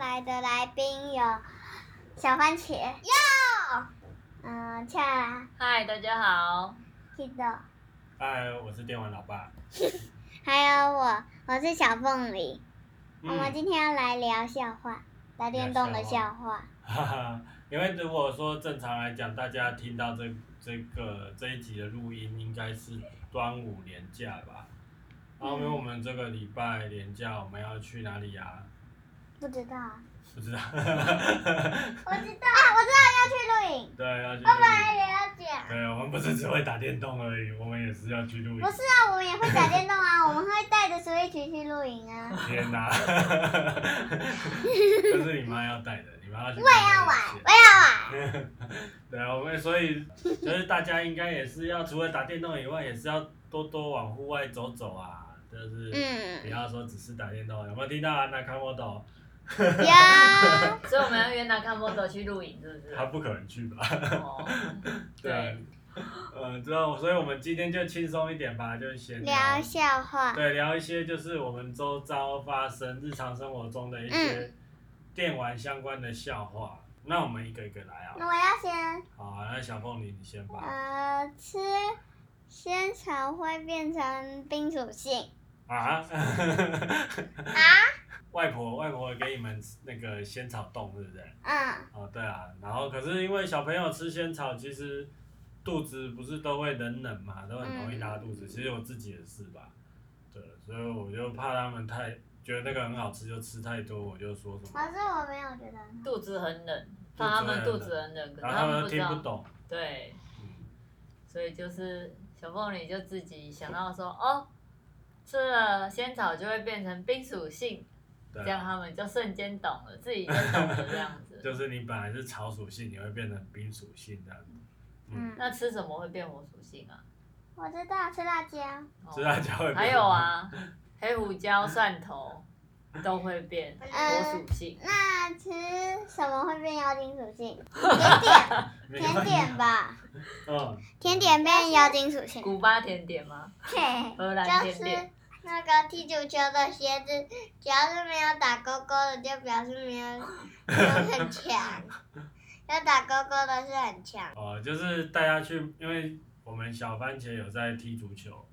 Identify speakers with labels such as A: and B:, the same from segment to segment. A: 来宾有小番茄，哟，嗯，恰
B: 嗨，大家好，
A: 记得，
C: 嗨，我是电玩老爸。
A: 还有我，我是小凤梨。哦我们
C: 嗯，
A: 今天要来聊笑话，打电动的嗯笑话。
C: 哈哈，因为如果说正常来讲，大家听到这这个这一集的录音，应该是端午连假吧？然
A: 嗯
C: 后因为我们这个礼拜连假，我们要去哪里呀、
A: 不知道，啊
C: 不知道。
A: 我知道，嗯我知道要去录影。
C: 对，要去
A: 我本来
C: 露
A: 也
C: 营。
A: 要讲，
C: 对，我们不是只会打电动而已，我们也是要去露营
A: 不。是啊，我们也会打电动 啊，我们会带着 Switch 去露营 啊。
C: 天哪、 这是你妈要带的，你妈要去。我
A: 我要玩，我要玩。
C: 对啊，我们所以就是大家应该也是要除了打电动以外，也是要多多往户外走走啊，就是不
A: 嗯，
C: 要说只是打电动，有没有听到啊？那看我懂，
A: 有。
B: 所以我们要约拿看 model 去露营，是不
C: 他
B: 是？
C: 不可能去吧？
B: 哦，
C: 对啊
B: 对，
C: 嗯，之后所以我们今天就轻松一点吧，就闲
A: 聊笑话。
C: 对，聊一些就是我们周遭发生日常生活中的一
A: 嗯
C: 些电玩相关的笑话。那我们一个一个来啊
A: 那，我要先，
C: 好啊，那小凤你你先吧。
A: 呃，吃仙草会变成冰属性
C: 啊？嗯
A: 啊？
C: 外婆外婆给你们那个仙草冻，对不对？
A: 嗯，
C: 哦，对啊，然后可是因为小朋友吃仙草，其实肚子不是都会冷冷嘛，都很容易拉肚子。
B: 嗯
C: 其实我自己也是吧，对，所以我就怕他们太觉得那个很好吃就吃太多，我就说什么，
A: 可是我没有觉得很好。
B: 肚子很冷，怕他们肚子很冷，可是
C: 然后他们
B: 们
C: 都
B: 不知
C: 听
B: 道，
C: 不懂。
B: 对，
C: 嗯，
B: 所以就是小凤梨就自己想到说，哦，吃了仙草就会变成冰属性，
C: 对
B: 这样
C: 啊，
B: 他们就瞬间懂了，自己就懂了这样子。
C: 就是你本来是草属性，你会变成冰属性这样子。嗯，
A: 嗯，
B: 那吃什么会变火属性啊？
A: 我知道吃辣椒。
B: 哦
C: 吃辣椒会变。
B: 还有， 啊，黑胡椒、蒜头都会变火属性。
A: 那吃什么会变妖精属 性？甜点，甜点。吧，
C: 嗯，
A: 甜点变妖精属性。
B: 古巴甜点吗？
A: 嘿，
B: 荷兰
A: 就
B: 甜
A: 是
B: 点。
A: 那个踢足球的鞋子，只要是没有打勾勾的，就表示没有没有很 强。要打勾勾的是很强。
C: 哦，就是带他去，因为我们小番茄有在踢足球，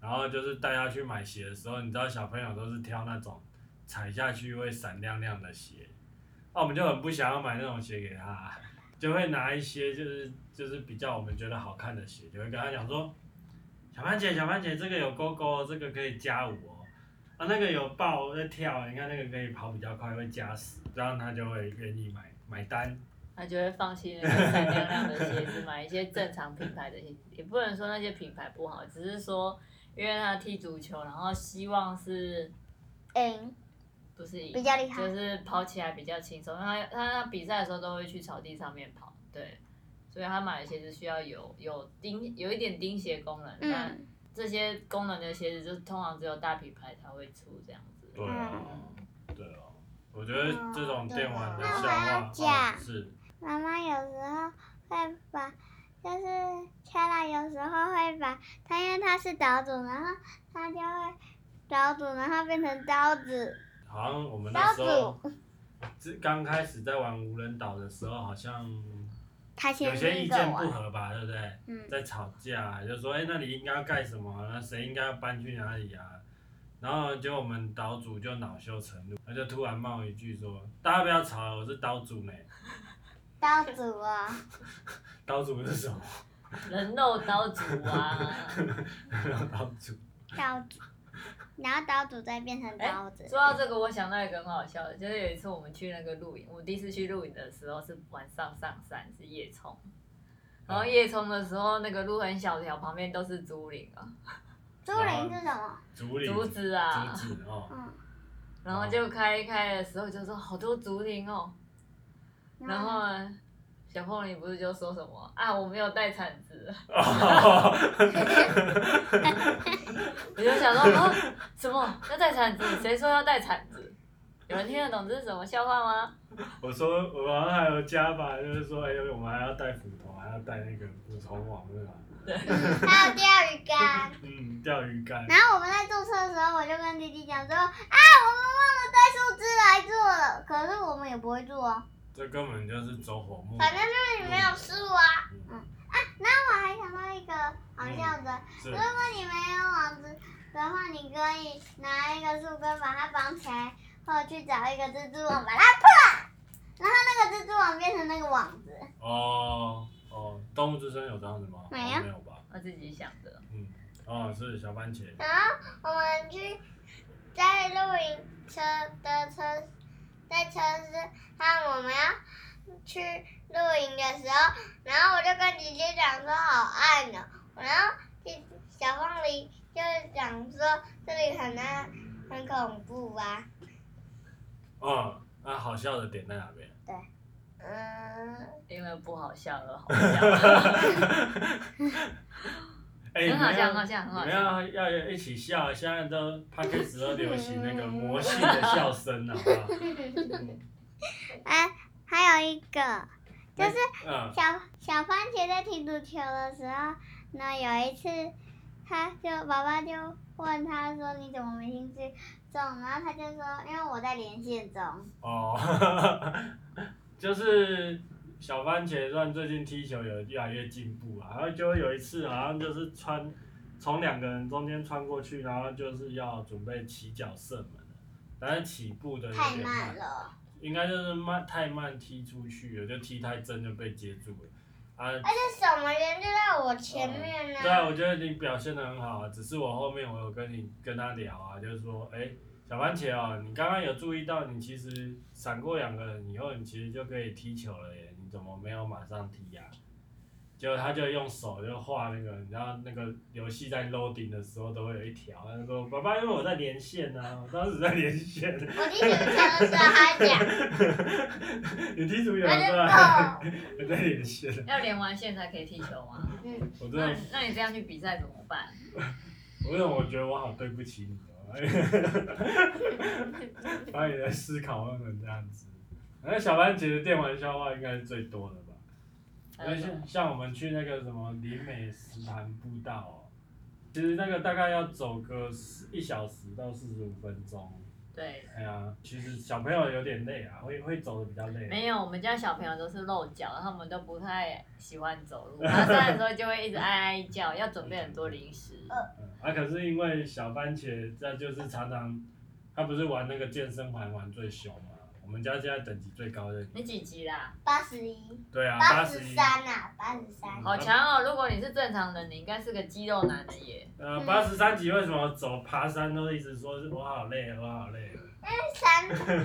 C: 然后就是带他去买鞋的时候，你知道小朋友都是挑那种踩下去会闪亮亮的鞋，那、我们就很不想要买那种鞋给他，就会拿一些就是就是比较我们觉得好看的鞋，就会跟他讲说，小番茄小番茄这个有勾勾，这个可以加五哦。啊，那个有爆在跳，哦你看那个可以跑比较快，会加死，然后他就会愿意买买单。
B: 他就会放弃那个闪亮亮的鞋子，买一些正常品牌的鞋子。也不能说那些品牌不好，只是说因为他踢足球，然后希望是
A: 嗯，
B: 不是赢
A: 比较厉害
B: 就是跑起来比较轻松。因为他他比赛的时候都会去草地上面跑，对，所以他买的鞋子需要有有钉有一点钉鞋功能，但
A: 嗯，
B: 这些功能的鞋子，就通常只有大品牌才会出这样子。
C: 对啊，对啊，我觉得这种电玩的
A: 嗯那我
C: 笑
A: 要
C: 话
A: 讲
C: 哦是，
A: 妈妈有时候会把，就是恰拉有时候会把，她因为她是岛主，然后她就会岛主，然后变成刀子，
C: 好像我们那
A: 刀
C: 时候
A: 主。
C: 是刚开始在玩无人岛的时候，好像
A: 她
C: 有
A: 先
C: 些
A: 第
C: 意
A: 一个
C: 见不
A: 玩。
C: 合吧，对不对？
A: 嗯，
C: 在吵架，就说哎、那里应该要盖什么？啊那谁应该要搬去哪里啊？然后结果我们岛主就恼羞成怒，他就突然冒一句说：“大家不要吵了，我是岛主呢。
A: 刀主啊、”
C: 岛主是什么？
B: 人肉刀主啊！
C: 岛主
A: 刀主，然后刀主再变成刀子。
B: 说到这个，我想到一个很好笑的，就是有一次我们去那个露营，我第一次去露营的时候是晚上上山，是夜冲。
C: 嗯
B: 然后
C: 哦
B: 夜冲的时候，那个路很小条，旁边都是竹林啊、
A: 猪林是什么？
C: 竹林
B: 竹子啊，
C: 竹子 哦，
A: 嗯，
B: 然后就开一开的时候就说好多竹林哦。然后呢小凤梨不是就说什么啊，我没有带铲子，
C: 哦
B: 我就想说啊，什么要带铲子？谁说要带铲子？有人听得懂这是什么笑话吗？
C: 我说我好像还有加吧，就是说，哎、我们还要带斧头，还要带那个捕虫网，啊对吧？
A: 还有钓鱼竿。
C: 嗯，钓鱼竿。
A: 然后我们在注册的时候，我就跟弟弟讲说啊，我们忘了带树枝来做了，可是我们也也不会做哦。
C: 这根本就是走火入魔。
A: 反正就是你没有失误啊。
C: 嗯
A: 嗯啊，那我还想到一个好笑的，
C: 是
A: 如果你没有网子的话，你可以拿一个树根把它绑起来，或者去找一个蜘蛛网把它破，然后那个蜘蛛网变成那个网子。
C: 哦哦，动物之声有这样子吗？
A: 没有
C: 哦没有吧？
B: 我自己想的。
C: 嗯，哦，是小番茄。
A: 然后我们去在露营车的车在车上，我们要去露营的时候，然后我就跟姐姐讲说好暗哦，然后姐小凤梨就讲说这里很暗很恐怖啊，
C: 嗯，那好笑的点在哪边？
A: 嗯，
B: 因为不好笑而好 笑，
C: 哎、
B: 很好笑，很
C: 你
B: 好
C: 们
B: 笑，很
C: 要
B: 好
C: 你们
B: 笑。
C: 啊要要一起笑，啊现在都 p o d c a s 都流行那个魔性的笑声，好 不好？嗯
A: 哎、还有一个。
C: 嗯，
A: 小小番茄在踢足球的时候呢，有一次，他就爸爸就问他说：“你怎么没兴趣种？”然后他就说：“因为我在连线中。
C: 哦， 就是小番茄算最近踢球有越来越进步啊，然后就有一次好像就是穿从两个人中间穿过去，然后就是要准备起脚射门了，但是起步的”有
A: 太
C: 点
A: 慢了，
C: 应该就是慢太慢踢出去了，就踢太真就被接住了。啊，
A: 而且守门员就在我前面呢、
C: 对 啊，我觉得你表现的很好啊，只是我后面我有跟你跟他聊啊，就是说，哎、小番茄哦，你刚刚有注意到，你其实闪过两个人以后，你其实就可以踢球了耶，你怎么没有马上踢呀、结果他就用手就画那个，你知道那个游戏在 loading 的时候都会有一条，他就说爸爸，因为我在连线呢、啊，我当时在连线，
A: 我踢足球的时候还讲，
C: 你踢足球
A: 我
C: 是
A: 就
C: 吧？
A: 够。
C: 我在连线，
B: 要连完线才可以踢球吗？
A: 嗯，
C: 我 真
B: 那
C: 的
B: 你那你这样去比赛怎么办？
C: 我为什么觉得我好对不起你 哦？把你的思考弄成这样子。那小番茄的电玩笑话应该是最多的吧？
B: 还
C: 而
B: 有
C: 且
B: 什么
C: 像我们去那个什么里美石潭步道哦，其实那个大概要走个十一小时到四十五分钟。
B: 对，
C: 哎呀，其实小朋友有点累啊，会会走的比较累。啊
B: 没有，我们家小朋友都是露脚，他们都不太喜欢走路，爬山的时候就会一直哀哀叫，要准备很多零食。
C: 嗯啊，可是因为小番茄，他就是常常，他不是玩那个健身环玩最凶嘛？我们家现在等级最高的，
B: 你几级啦？
A: 八十一，
C: 对 啊，
A: 八
C: 十
A: 十
C: 一，
A: 三呐，八十三。
B: 好强哦！如果你是正常人，你应该是个肌肉男的耶。
C: 呃，八十三级为什么走爬山都一直说是我好累，我好累？
A: 三三，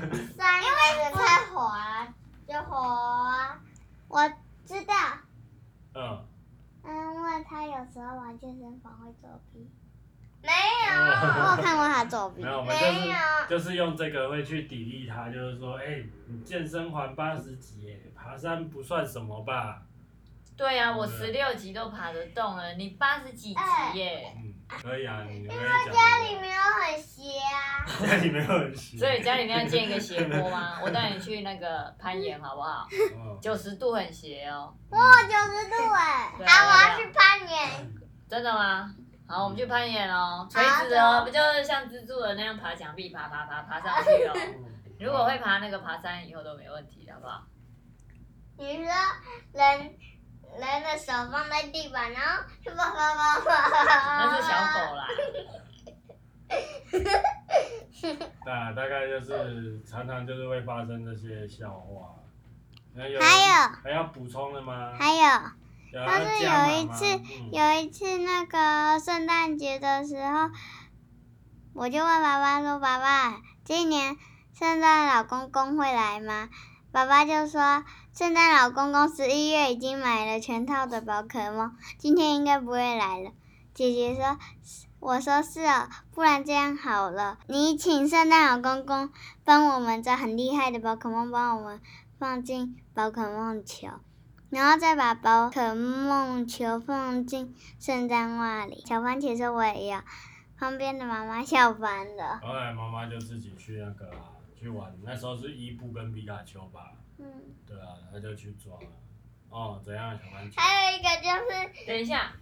A: 因为太滑，就滑。我知道，
C: 嗯，
A: 嗯，因为他有时候玩健身房会作弊。没
C: 哦
A: 我有看过他作弊
C: 没。有， 我们
A: 没有，
C: 就是就是用这个会去砥砺他，就是说，哎、你健身环八十级耶，爬山不算什么吧？
B: 对啊，我
C: 嗯
B: 十六级都爬得动了，你八十几级耶，
C: 嗯，可以啊，你可以讲。
A: 家里没有很斜啊。
C: 家里没有人 洗，
B: 所以家里面要建一个斜坡吗？我带你去那个攀岩好不好？
C: 嗯
B: 九十度很斜哦，
A: 我九十度哎
B: 对
A: 好，我要去攀岩。
B: 真的吗？好，我们去攀岩哦，垂
A: 好
B: 直哦，
A: 的
B: 不就是像蜘蛛人那样爬墙壁，爬爬爬爬上去 哦。如果
C: 嗯
B: 会，爬那个爬山，以后都没问题，好不好？
A: 你说人人的手放在地板，然后就啪啪啪啪啪。
B: 那是小。狗啦，
C: 那大概就是常常就是会发生这些笑话。还有
A: 还有
C: 还要补充的吗？
A: 还有。
C: 有
A: 但是有
C: 要加
A: 一
C: 码吗
A: 次
C: 嗯
A: 有一次那个圣诞节的时候，我就问爸爸说：“爸爸，今年圣诞老公公会来吗？”爸爸就说：“圣诞老公公十一月已经买了全套的宝可梦，今天应该不会来了。”姐姐说：“是我说是哦，不然这样好了，你请圣诞老公公帮我们找很厉害的宝可梦，帮我们放进宝可梦球。”然后再把宝可梦球放进圣诞袜里。小番茄说我也要，旁边的妈妈笑翻了。
C: 后来妈妈就自己去那个啊去玩，那时候是伊布跟皮卡丘吧，
A: 嗯，
C: 对啊，她就去抓了。哦，怎样，小番茄？
A: 还有一个就是，
B: 等一下，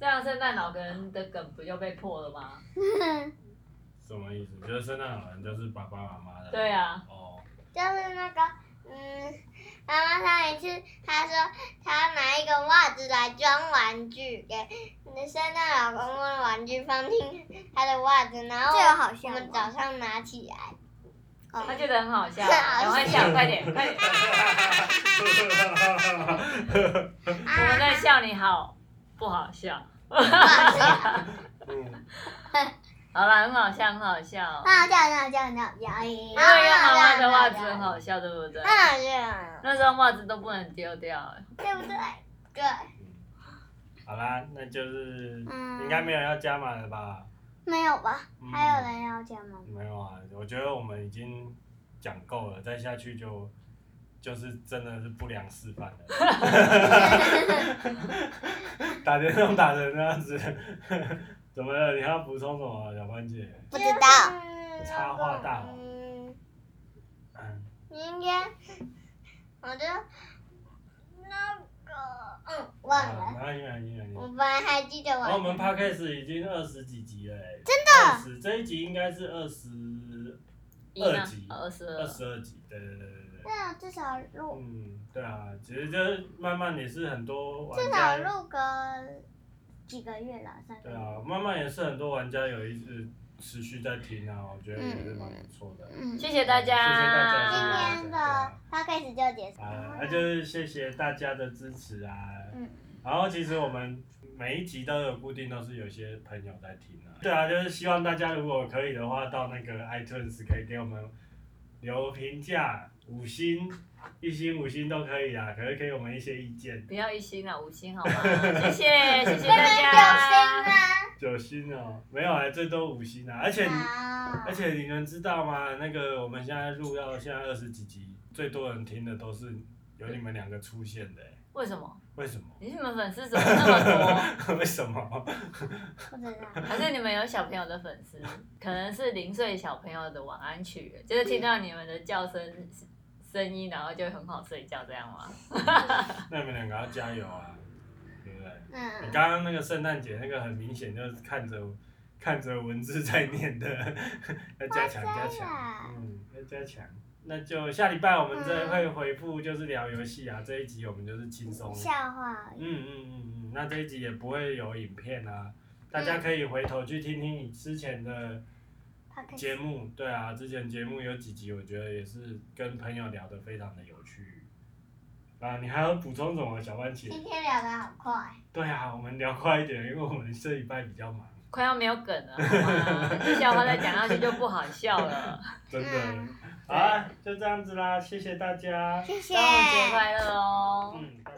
B: 这样圣诞老人的梗不就被破了吗？
C: 什么意思？就是圣诞老人就是爸爸妈妈的。
B: 对。啊，
C: 哦，
A: 就是那那个，嗯，妈妈上一次她说她拿一个袜子来装玩具给那圣诞老公公的玩具放进他的袜子，然后
D: 这有好笑
A: 我
D: 吗
A: 们早上拿起来，
D: 哦
B: 他觉得很好 笑，
A: 很好笑
B: 赶快笑，快点，快点！我们在笑你好不好笑？
C: 嗯，
B: 好啦，很好笑，很好笑。
D: 那这样那这样那这样
B: 因
D: 哎，
B: 为用妈妈的袜子很啊好啊笑，对不对？
A: 那这样，
B: 那双袜子都不能丢掉，
A: 对不对？对，
C: 好啦，那就是
A: 嗯
C: 应该没有要加码了吧？
A: 没有吧？
C: 嗯
A: 还有人要讲吗？
C: 没有啊，我觉得我们已经讲够了，再下去就就是真的是不良示范了。 打电动打成那样子，怎么了？你还要补充什么，啊小番姐？
A: 不知道，
C: 道
A: 嗯
C: 插话大王
A: 嗯
C: 嗯，
A: 明天我的那个，嗯，忘
C: 啊
A: 了。
C: 没关系，没关系，没关系。
A: 我本来还记得
C: 然哦后我们
A: 我
C: podcast 已经二十几集了、欸，真的。十这一集应该是二十
B: 一呢
C: 二级，
B: 二十
C: 二
B: 二，
C: 十二集，对对对对对。
A: 那至少录
C: 嗯，对啊，其实就是慢慢也是很多玩
A: 至
C: 家
A: 少，录个几个月了，三个
C: 对
A: 月。
C: 啊，慢慢也是很多玩家有一直持续在听啊，我觉得也是蛮不错的。
A: 嗯，今
B: 谢谢大
C: 谢谢大家
B: 家。
A: 天的 podcast 就结束
C: 啊
A: 了。，
C: 那就是谢谢大家的支持啊。
A: 嗯。
C: 然后其实我们每一集都有固定，都是有些朋友在听啊。对啊，就是希望大家如果可以的话，到那个 iTunes 可以给我们留评价，五星、一星、五星都可以啊，可是给我们一些意见。
B: 不要一星啊了，五星好吗？谢谢，谢谢
A: 这边
B: 大
A: 有
B: 家。
A: 声
C: 九星哦，没有啊，最多五星啊。而且你，
A: 吗？
C: 而且你们知道吗？那个我们现在录到现在二十几集，最多人听的都是有你们两个出现的欸、
B: 为什么？
C: 为什么？
B: 你是你们粉丝怎么那么多？
C: 为什么？
A: 不知道。
B: 还是你们有小朋友的粉丝？可能是零岁小朋友的晚安曲，就是听到你们的叫声声音，然后就很好睡觉，这样吗？
C: 那你们两个要加油啊，对不对？你
A: 嗯，
C: 刚刚那个圣诞节那个很明显就是看着看着文字在念的，要加强加
A: 哇
C: 强，嗯，要加强。那就下礼拜我们再会回复，就是聊游戏啊。这一集我们就是轻松，
A: 笑话而
C: 嗯
A: 已。
C: 嗯嗯嗯。那这一集也不会有影片啊，大家可以回头去听听你之前的
A: podcast
C: 节目。对啊，之前节目有几集，我觉得也是跟朋友聊得非常的有趣。啊，你还要补充什么，小番茄？
A: 今天聊得好快，
C: 对啊，我们聊快一点，因为我们这礼拜比较忙，
B: 快要没有梗了，好吗？这笑话再讲下去就不好笑了。
C: 真的。
A: 嗯
C: 好啊，就这样子啦，谢谢大家。
A: 谢谢。
B: 端午节快乐哦！
C: 嗯，拜